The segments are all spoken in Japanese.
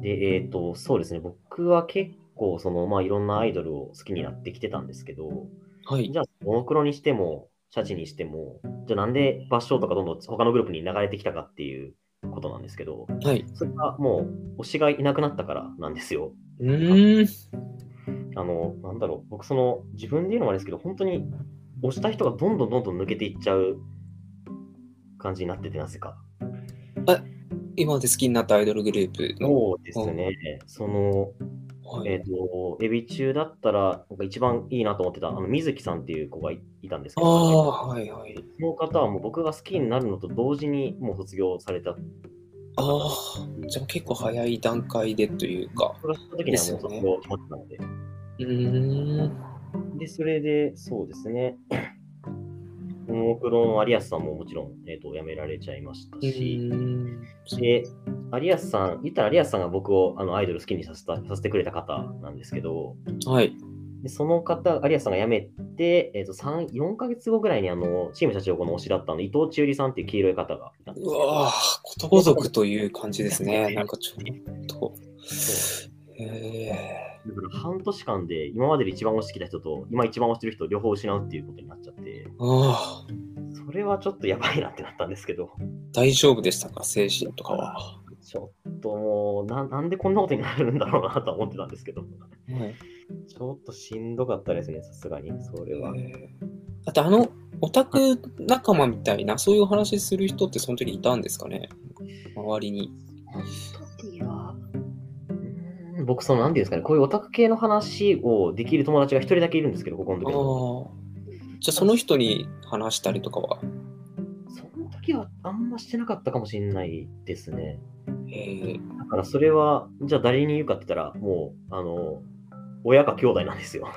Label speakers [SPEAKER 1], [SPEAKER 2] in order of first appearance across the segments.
[SPEAKER 1] で、えっ、と、そうですね、僕は結構、その、まあ、いろんなアイドルを好きになってきてたんですけど、
[SPEAKER 2] はい。
[SPEAKER 1] じゃあ、モノクロにしても、シャチにしても、じゃあなんでバッショーとかどんどん他のグループに流れてきたかっていうことなんですけど、
[SPEAKER 2] はい。
[SPEAKER 1] それはもう推しがいなくなったからなんですよ。
[SPEAKER 2] うーん。
[SPEAKER 1] あの、なんだろう、僕その自分で言うのもあれですけど、本当に推した人がどんどんどんどん抜けていっちゃう感じになってて、なぜか。
[SPEAKER 2] 今まで好きになったアイドルグループの。
[SPEAKER 1] そうですね。その、
[SPEAKER 2] はい
[SPEAKER 1] えっ、と、エビ中だったら、なんか一番いいなと思ってた、あの、水木さんっていう子がいいたんですけ
[SPEAKER 2] あ
[SPEAKER 1] ど、
[SPEAKER 2] あ、はいはい。
[SPEAKER 1] その方はもう僕が好きになるのと同時にもう卒業された。
[SPEAKER 2] ああ、じゃあ結構早い段階でというか。
[SPEAKER 1] 僕が知った時にはもう卒業決まってたので。
[SPEAKER 2] うーん。
[SPEAKER 1] で、それで、そうですね。モノクロの有安さんももちろん、えっと辞められちゃいました
[SPEAKER 2] う
[SPEAKER 1] し、
[SPEAKER 2] ーん
[SPEAKER 1] で、有安さん、言ったら有安さんが僕をあのアイドル好きにさせたさせてくれた方なんですけど、
[SPEAKER 2] はい。
[SPEAKER 1] でその方、有安さんが辞めて、えっと3 4ヶ月後ぐらいにあのチーム社長この推しだったの伊藤千織さんっていう黄色い方がいたんです
[SPEAKER 2] うわぁ、ことごとくという感じです ね。なんかちょっと。
[SPEAKER 1] そ
[SPEAKER 2] え
[SPEAKER 1] うだから半年間で今までで一番推してきた人と今一番推してる人を両方失うっていうことになっちゃって、
[SPEAKER 2] ー、ああ、
[SPEAKER 1] それはちょっとやばいなってなったんですけど。
[SPEAKER 2] 大丈夫でしたか、精神とかは。は
[SPEAKER 1] ちょっともうな、なんでこんなことになるんだろうなとは思ってたんですけど、
[SPEAKER 2] い、
[SPEAKER 1] ちょっとしんどかったですね、さすがに、それは。
[SPEAKER 2] えーだってあの、オタク仲間みたいな、そういうお話する人ってその時いたんですかね周りに。
[SPEAKER 1] うん僕、その、なんていうんですかね、こういうオタク系の話をできる友達が一人だけいるんですけど、ここの
[SPEAKER 2] ああ
[SPEAKER 1] 時の。。
[SPEAKER 2] じゃあその人に話したりとかは。
[SPEAKER 1] その時はあんましてなかったかもしれないですね。
[SPEAKER 2] えー、
[SPEAKER 1] だから、それは、じゃあ誰に言うかって言ったら、もう、あの、親か兄弟なんですよ。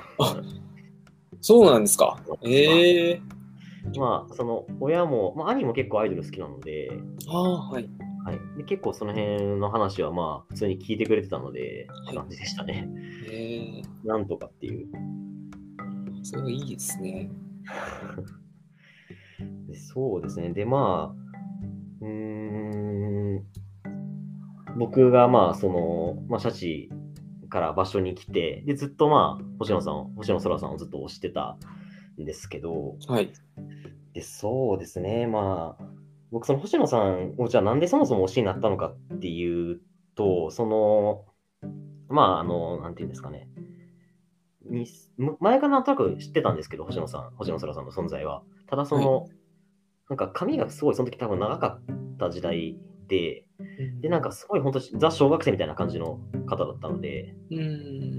[SPEAKER 2] そうなんですか。ええ
[SPEAKER 1] まあ、その、親も、まあ、兄も結構アイドル好きなので、
[SPEAKER 2] ああ、はい。
[SPEAKER 1] はい、で結構その辺の話はまあ普通に聞いてくれてたので、って感じでしたね。
[SPEAKER 2] ええ
[SPEAKER 1] なんとかっていう。
[SPEAKER 2] それはいいですね。
[SPEAKER 1] でそうですね。でまあ、うーん、僕がまあその、まあ、シャチから場所に来て、でずっとまあ星野さんを、星野空さんをずっと推してたんですけど、
[SPEAKER 2] はい。
[SPEAKER 1] でそうですね。まあ、僕その星野さんをじゃあなんでそもそも推しになったのかっていうと、その、まあ、あの、なんていうんですかね。にむ前からなんとなく知ってたんですけど、星野さん、星野空さんの存在は。ただその、なんか髪がすごいその時多分長かった時代で、で、なんかすごい本当ザ小学生みたいな感じの方だったので、
[SPEAKER 2] うー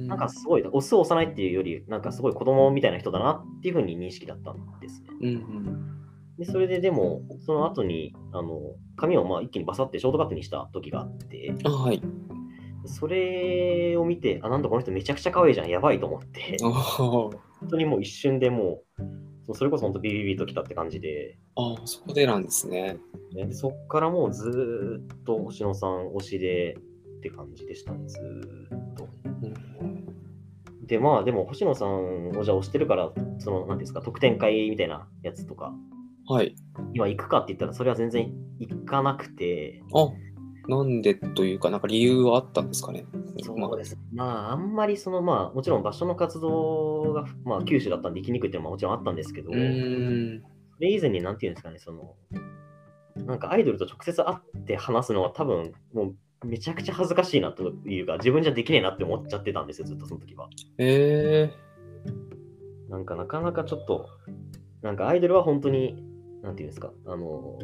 [SPEAKER 2] ん。
[SPEAKER 1] なんかすごい、オスを幼いっていうより、なんかすごい子供みたいな人だなっていうふうに認識だったんですね。
[SPEAKER 2] うんうん。
[SPEAKER 1] で、それででも、その後に、あの、髪をまあ一気にバサってショートカットにした時があって、
[SPEAKER 2] あはい。
[SPEAKER 1] それを見て、あ、なんだこの人めちゃくちゃ可愛いじゃん、やばいと思って、
[SPEAKER 2] あー
[SPEAKER 1] 本当にもう一瞬でもう、そうそれこそ本当ビビビときたって感じで、
[SPEAKER 2] あー、そこでなんですね。
[SPEAKER 1] ね、でそっからもうずーっと星野さん推しでって感じでしたね、ずーっと。
[SPEAKER 2] うん
[SPEAKER 1] で、まあでも星野さんをじゃあ推してるから、その、なんていうんですか、特典会みたいなやつとか、
[SPEAKER 2] はい。
[SPEAKER 1] 今行くかって言ったら、それは全然行かなくて、
[SPEAKER 2] あなんでというか、なんか理由はあったんですかね。
[SPEAKER 1] そうですね。まあ、あんまりその、まあ、もちろん場所の活動が、まあ、九州だったんで行きにくいっていうのももちろんあったんですけど、
[SPEAKER 2] うーん。
[SPEAKER 1] それ以前になんていうんですかね、その、なんかアイドルと直接会って話すのは多分、もう、めちゃくちゃ恥ずかしいなというか、自分じゃできねえなって思っちゃってたんですよ、ずっとその時は。
[SPEAKER 2] え
[SPEAKER 1] なんか、なかなかちょっと、なんかアイドルは本当に、なんていうんですか、あの、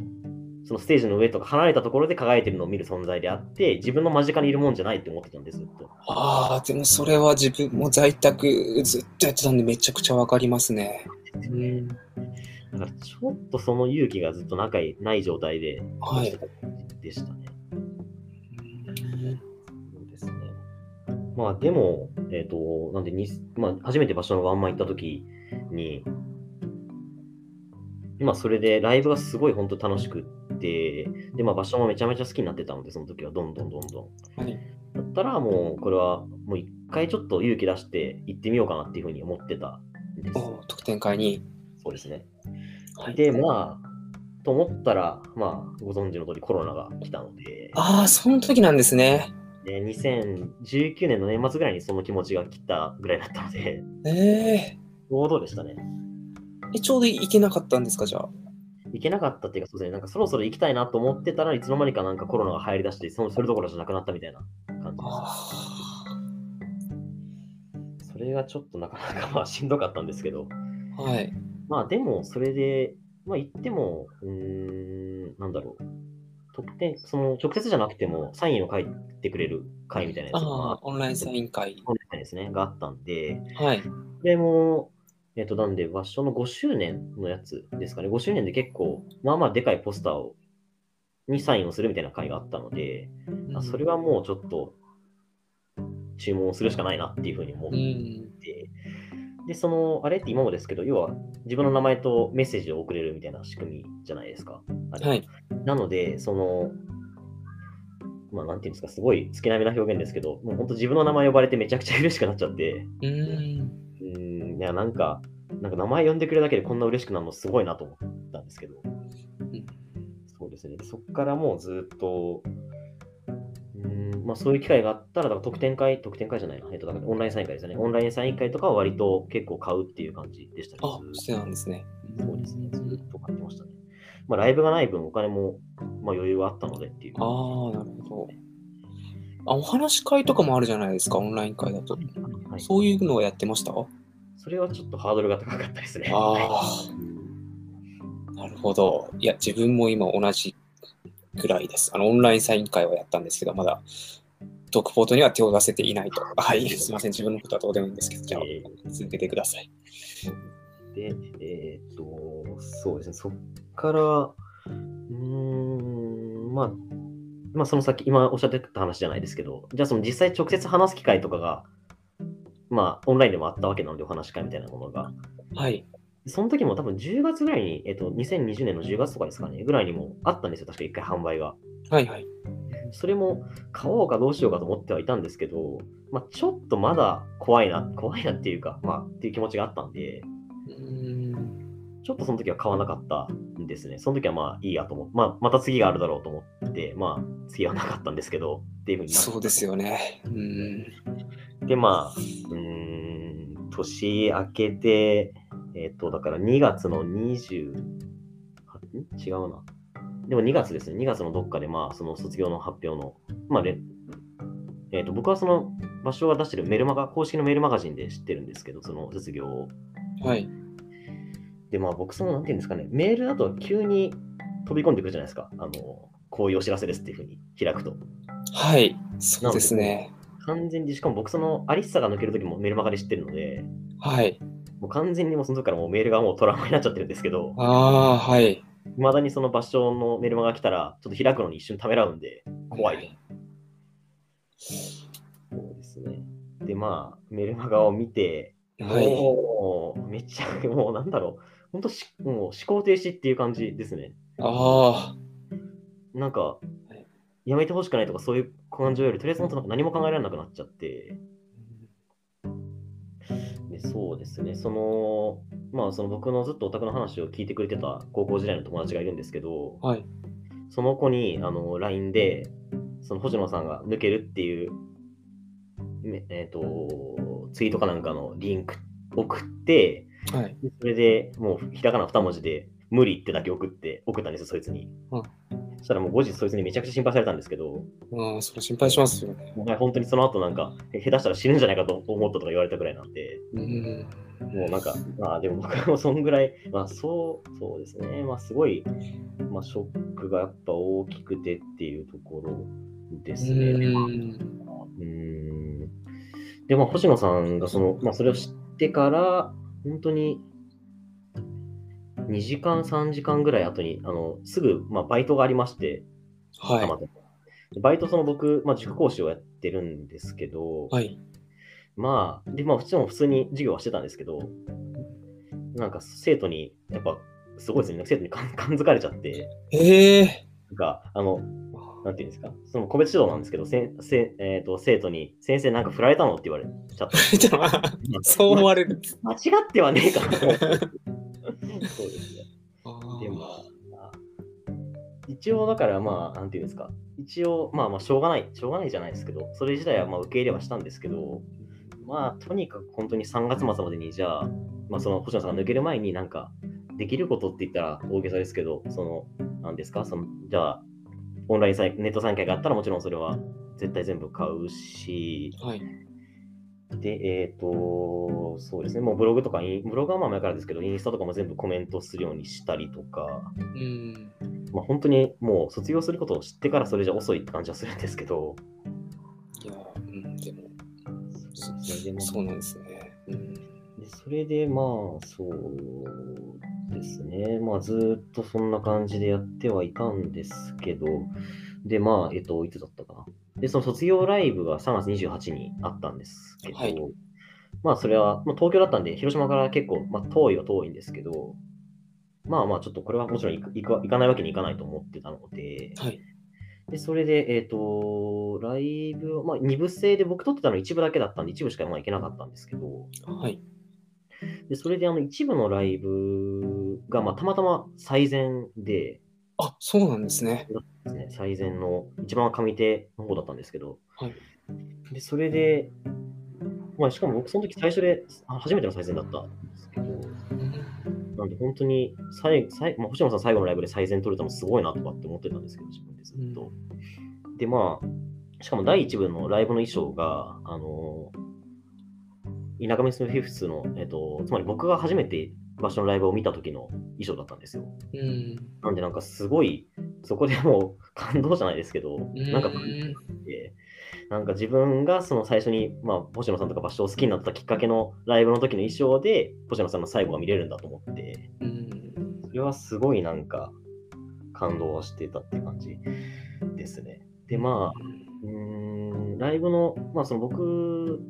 [SPEAKER 1] そのステージの上とか離れたところで輝いてるのを見る存在であって、自分の間近にいるもんじゃないって思ってたんです、ずっと。
[SPEAKER 2] ー、ああ、でもそれは自分も在宅ずっとやってたんで、めちゃくちゃわかりますね。うん。
[SPEAKER 1] だからちょっとその勇気がずっと仲いない状態で、
[SPEAKER 2] はい。
[SPEAKER 1] でしたね。そうですね。まあでも、えっ、と、なんでに、まあ、初めて場所のワンマン行った時に、まあそれでライブがすごい本当楽しくって、で、まあ場所もめちゃめちゃ好きになってたので、その時はどんどんどんどん。
[SPEAKER 2] はい。
[SPEAKER 1] だったらもう、これはもう一回ちょっと勇気出して行ってみようかなっていうふうに思ってたんです
[SPEAKER 2] お。ー特典会に。
[SPEAKER 1] そうですね。
[SPEAKER 2] はい、
[SPEAKER 1] で、まあ、と思ったら、まあ、ご存知の通りコロナが来たので、
[SPEAKER 2] ああ、その時なんですね。
[SPEAKER 1] でね、2019年の年末ぐらいにその気持ちが来たぐらいだったので、
[SPEAKER 2] ええ
[SPEAKER 1] 王道でしたね。
[SPEAKER 2] え、ちょうど行けなかったんですか、じゃあ。
[SPEAKER 1] 行けなかったっていうか、そうですね、なんかそろそろ行きたいなと思ってたらいつの間にかなんかコロナが入り出して、そのそれどころじゃなくなったみたいな感じ
[SPEAKER 2] あ
[SPEAKER 1] です。それがちょっとなかなかまあしんどかったんですけど、
[SPEAKER 2] あ。はい。
[SPEAKER 1] まあでも、それで、まあ言っても、うーん、なんだろう。特典、その直接じゃなくても、サインを書いてくれる会みたいなや
[SPEAKER 2] あ
[SPEAKER 1] つが、ま
[SPEAKER 2] あ
[SPEAKER 1] あ、、
[SPEAKER 2] オンラインサイン会。
[SPEAKER 1] そうみたいですね、があったんで、
[SPEAKER 2] はい。
[SPEAKER 1] でも、えっ、と、なんで、場所の5周年のやつですかね、5周年で結構、まあまあでかいポスターを、にサインをするみたいな会があったので、あそれはもうちょっと、注文をするしかないなっていうふうに思っ
[SPEAKER 2] うん。
[SPEAKER 1] ってで、その、あれって今もですけど、要は自分の名前とメッセージを送れるみたいな仕組みじゃないですか。あれ
[SPEAKER 2] はい。
[SPEAKER 1] なので、その、まあ、なんていうんですか、すごい月並みな表現ですけど、もう本当自分の名前呼ばれてめちゃくちゃ嬉しくなっちゃって、
[SPEAKER 2] うん。
[SPEAKER 1] うーん、いや、なんか、なんか名前呼んでくれるだけでこんな嬉しくなるのすごいなと思ったんですけど、
[SPEAKER 2] ん
[SPEAKER 1] そうですね、そこからもうずっと、うーんまあ、そういう機会があったら、だから特典会、特典会じゃないな、えっと、だからオンラインサイン会ですよね。オンラインサイン会とかは割と結構買うっていう感じでしたね。
[SPEAKER 2] あ、
[SPEAKER 1] ず
[SPEAKER 2] そうなんですね。
[SPEAKER 1] そうですね、ずっと買ってましたね。まあ、ライブがない分、お金も、まあ、余裕はあったのでっていう。
[SPEAKER 2] ああ、なるほど。あ、お話会とかもあるじゃないですか、オンライン会だと。
[SPEAKER 1] はい、
[SPEAKER 2] そういうのをやってました
[SPEAKER 1] それはちょっとハードルが高かったですね。
[SPEAKER 2] あ あ、なるほど。いや、自分も今同じくらいです。あの、オンラインサイン会はやったんですけど、まだ、ドクポートには手を出せていないと。はい、すいません。自分のことはどうでもいいんですけど、じゃあ
[SPEAKER 1] いえい、
[SPEAKER 2] 続けてください。
[SPEAKER 1] で、えーっと、そうですね、そっから、うーん、まあ、まあ、その先、今おっしゃってた話じゃないですけど、じゃあ、その実際直接話す機会とかが、まあ、オンラインでもあったわけなので、お話し会みたいなものが。
[SPEAKER 2] はい。
[SPEAKER 1] その時も多分10月ぐらいに、えーっと、2020年の10月とかですかね、ぐらいにもあったんですよ、確か一回販売が。
[SPEAKER 2] はいはい。
[SPEAKER 1] それも買おうかどうしようかと思ってはいたんですけど、まあ、ちょっとまだ怖いな、怖いなっていうか、まあ、っていう気持ちがあったんで、
[SPEAKER 2] うーん。
[SPEAKER 1] ちょっとその時は買わなかったんですね。その時はまあいいやと思って、まあ、また次があるだろうと思って、まあ次はなかったんですけど、っていうふうになって
[SPEAKER 2] そうですよね。うーん。
[SPEAKER 1] で、まあ、うーん、年明けて、えっ、と、だから2月の20、あん違うな。でも2月ですね、2月のどっかで、まあ、その卒業の発表の、まあ、れえっ、と、僕はその場所が出してるメルマガ、公式のメールマガジンで知ってるんですけど、その卒業を。
[SPEAKER 2] はい。
[SPEAKER 1] で、まあ僕その、なんていうんですかね、メールだと急に飛び込んでくるじゃないですか。あの、こういうお知らせですっていうふうに開くと。
[SPEAKER 2] はい。そうですね。
[SPEAKER 1] 完全に、しかも僕その、アリッサが抜ける時もメルマガで知ってるので、
[SPEAKER 2] はい。
[SPEAKER 1] もう完全にもうその時からもうメールがもうトラウマになっちゃってるんですけど、
[SPEAKER 2] ああー、はい。
[SPEAKER 1] いまだにその場所のメルマガが来たら、ちょっと開くのに一瞬ためらうんで、怖い。。そうですね。で、まあ、メルマガを見て、
[SPEAKER 2] はい。
[SPEAKER 1] もう、めっちゃ、もうなんだろう、本当し、もう思考停止っていう感じですね。
[SPEAKER 2] あ
[SPEAKER 1] なんか
[SPEAKER 2] い、
[SPEAKER 1] やめてほしくないとか、そういう感情より、とりあえず本当なんか何も考えられなくなっちゃって、でそうですね、その、まあ、その僕のずっとオタクの話を聞いてくれてた高校時代の友達がいるんですけど
[SPEAKER 2] あ。、はい。
[SPEAKER 1] その子に、あの、LINE で、その星野さんが抜けるっていう、ねえっ、と、ツイートかなんかのリンク送って、
[SPEAKER 2] はい。
[SPEAKER 1] でそれでもうひらがな2文字で「無理」ってだけ送って送ったんですよそいつに、
[SPEAKER 2] うん
[SPEAKER 1] そしたらもう後日そいつにめちゃくちゃ心配されたんですけど
[SPEAKER 2] ああ、それ心配しますよね。
[SPEAKER 1] もう本当にその後なんかえ下手したら死ぬんじゃないかと思ったとか言われたぐらいなんで
[SPEAKER 2] うーん。
[SPEAKER 1] もうなんかまあでも僕もそんぐらいまあそうそうですねまあすごい、まあ、ショックがやっぱ大きくてっていうところですね
[SPEAKER 2] う
[SPEAKER 1] う
[SPEAKER 2] ーん
[SPEAKER 1] ーんでまあ星野さんがその、まあ、それを知ってから本当に2時間3時間ぐらい後にあのすぐ、まあ、バイトがありまして
[SPEAKER 2] は
[SPEAKER 1] た
[SPEAKER 2] い
[SPEAKER 1] ま。たまでバイトその僕、まあ、塾講師をやってるんですけど、
[SPEAKER 2] はい。
[SPEAKER 1] まあ、で、まあ、普通も普通に授業はしてたんですけど、なんか生徒に、やっぱ、すごいですね、生徒に 感感づかれちゃって、
[SPEAKER 2] ええ
[SPEAKER 1] なんか、あの、なんていうんですか、その個別指導なんですけど、せんせんえー、と生徒に、先生なんか振られたのって言われちゃった。
[SPEAKER 2] じゃあ、 そう思われる。
[SPEAKER 1] 間違って はねえかなと思ってそうですね。
[SPEAKER 2] あー
[SPEAKER 1] でも、まあ一応だからまあ、なんていうんですか、一応、まあまあ、しょうがない、しょうがないじゃないですけど、それ自体はまあ受け入れはしたんですけど、まあ、とにかく本当に3月末までに、じゃあ、まあ、その星野さんが抜ける前に、なんか、できることって言ったら大げさですけど、その、なんですか、その、じゃあ、オンラインさネット参加があったら、もちろんそれは絶対全部買うし、
[SPEAKER 2] はい。
[SPEAKER 1] で、えっ、と、そうですね、もうブログとかイン、ブログはまあ前からですけど、インスタとかも全部コメントするようにしたりとか、
[SPEAKER 2] うん。
[SPEAKER 1] まあ、本当にもう卒業することを知ってからそれじゃ遅いって感じはするんですけど、
[SPEAKER 2] いやー、うん、でも、
[SPEAKER 1] それでまあ
[SPEAKER 2] そうなんですね。うん。
[SPEAKER 1] でそれでまあ、そうですね、まあ、ずっとそんな感じでやってはいたんですけど、で、まあ、えっと、いつだったかな。で、その卒業ライブが3月28にあったんですけど、
[SPEAKER 2] はい
[SPEAKER 1] まあ、それは、まあ、東京だったんで、広島から結構、まあ、遠いは遠いんですけど、まあまあ、ちょっとこれはもちろん行く行く行かないわけにいかないと思ってたので、
[SPEAKER 2] はい。
[SPEAKER 1] で、それで、えっ、と、ライブを、まあ、2部制で僕撮ってたの一部だけだったんで、一部しかまあ行けなかったんですけど、
[SPEAKER 2] はい。
[SPEAKER 1] で、それであの一部のライブが、まあ、たまたま最前で
[SPEAKER 2] あ、そうなんですね。
[SPEAKER 1] ですね、最前の一番上手の方だったんですけど、
[SPEAKER 2] はい
[SPEAKER 1] で、それで、まあ、しかも僕その時最初で、あ初めての最前だったんですけど、なんで本当に最最、まあ、星野さん最後のライブで最善取れたのすごいなとかって思ってたんですけど、自分でずっと。で、まあ、しかも第1部のライブの衣装が、あの田舎ミスフィフスの、えっと、つまり僕が初めて場所のライブを見た時の衣装だったんですよ。
[SPEAKER 2] うん。
[SPEAKER 1] なんでなんかすごい、そこでもう感動じゃないですけど、なんか
[SPEAKER 2] う
[SPEAKER 1] でなんか自分がその最初に、まあ、星野さんとか場所を好きになったきっかけのライブの時の衣装で、星野さんの最後が見れるんだと思って、
[SPEAKER 2] うん。
[SPEAKER 1] それはすごいなんか感動はしてたって感じですね。で、まあ、うーん、ライブの、まあその僕、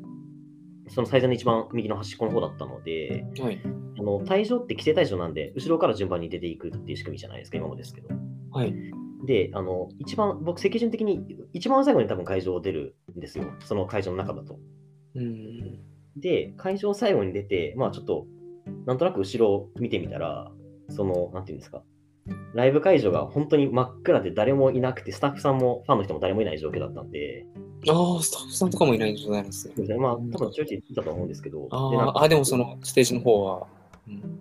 [SPEAKER 1] その最初の一番右の端っこの方だったので、
[SPEAKER 2] はい。
[SPEAKER 1] あの退場って規制退場なんで、後ろから順番に出ていくっていう仕組みじゃないですか、今もですけど。
[SPEAKER 2] はい。
[SPEAKER 1] で、あの、一番、僕、席順的に一番最後に多分会場を出るんですよ、その会場の中だと。
[SPEAKER 2] うん。
[SPEAKER 1] で、会場最後に出て、まあちょっと、なんとなく後ろを見てみたら、その、なんていうんですか、ライブ会場が本当に真っ暗で誰もいなくて、スタッフさんもファンの人も誰もいない状況だったんで、
[SPEAKER 2] ああ、スタッフさんとかもいない状態なんですね。
[SPEAKER 1] でまあ多分ちょいちょいだと思うんですけど、
[SPEAKER 2] あ
[SPEAKER 1] でなん
[SPEAKER 2] ー
[SPEAKER 1] か
[SPEAKER 2] あ、でもそのステージの方は。うん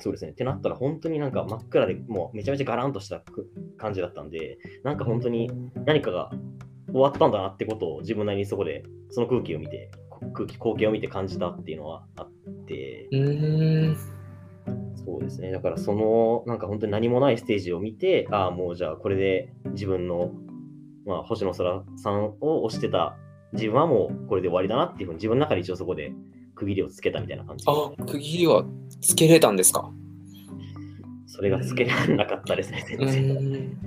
[SPEAKER 1] そうですね。ってなったら本当になんか真っ暗でもうめちゃめちゃガランとしたく感じだったんで、なんか本当に何かが終わったんだなってことを自分なりにそこで、その空気を見て、こ空気、光景を見て感じたっていうのはあって、
[SPEAKER 2] うーん。
[SPEAKER 1] そうですね。だからその、なんか本当に何もないステージを見て、ああ、もうじゃあこれで自分の、まあ、星野空さんを推してた自分はもうこれで終わりだなっていうふうに自分の中で一応そこで区切りをつけたみたいな感じで
[SPEAKER 2] あ、区切りはつけれたんですか。
[SPEAKER 1] それがつけられなかったですね、
[SPEAKER 2] う
[SPEAKER 1] 全然。
[SPEAKER 2] ーん。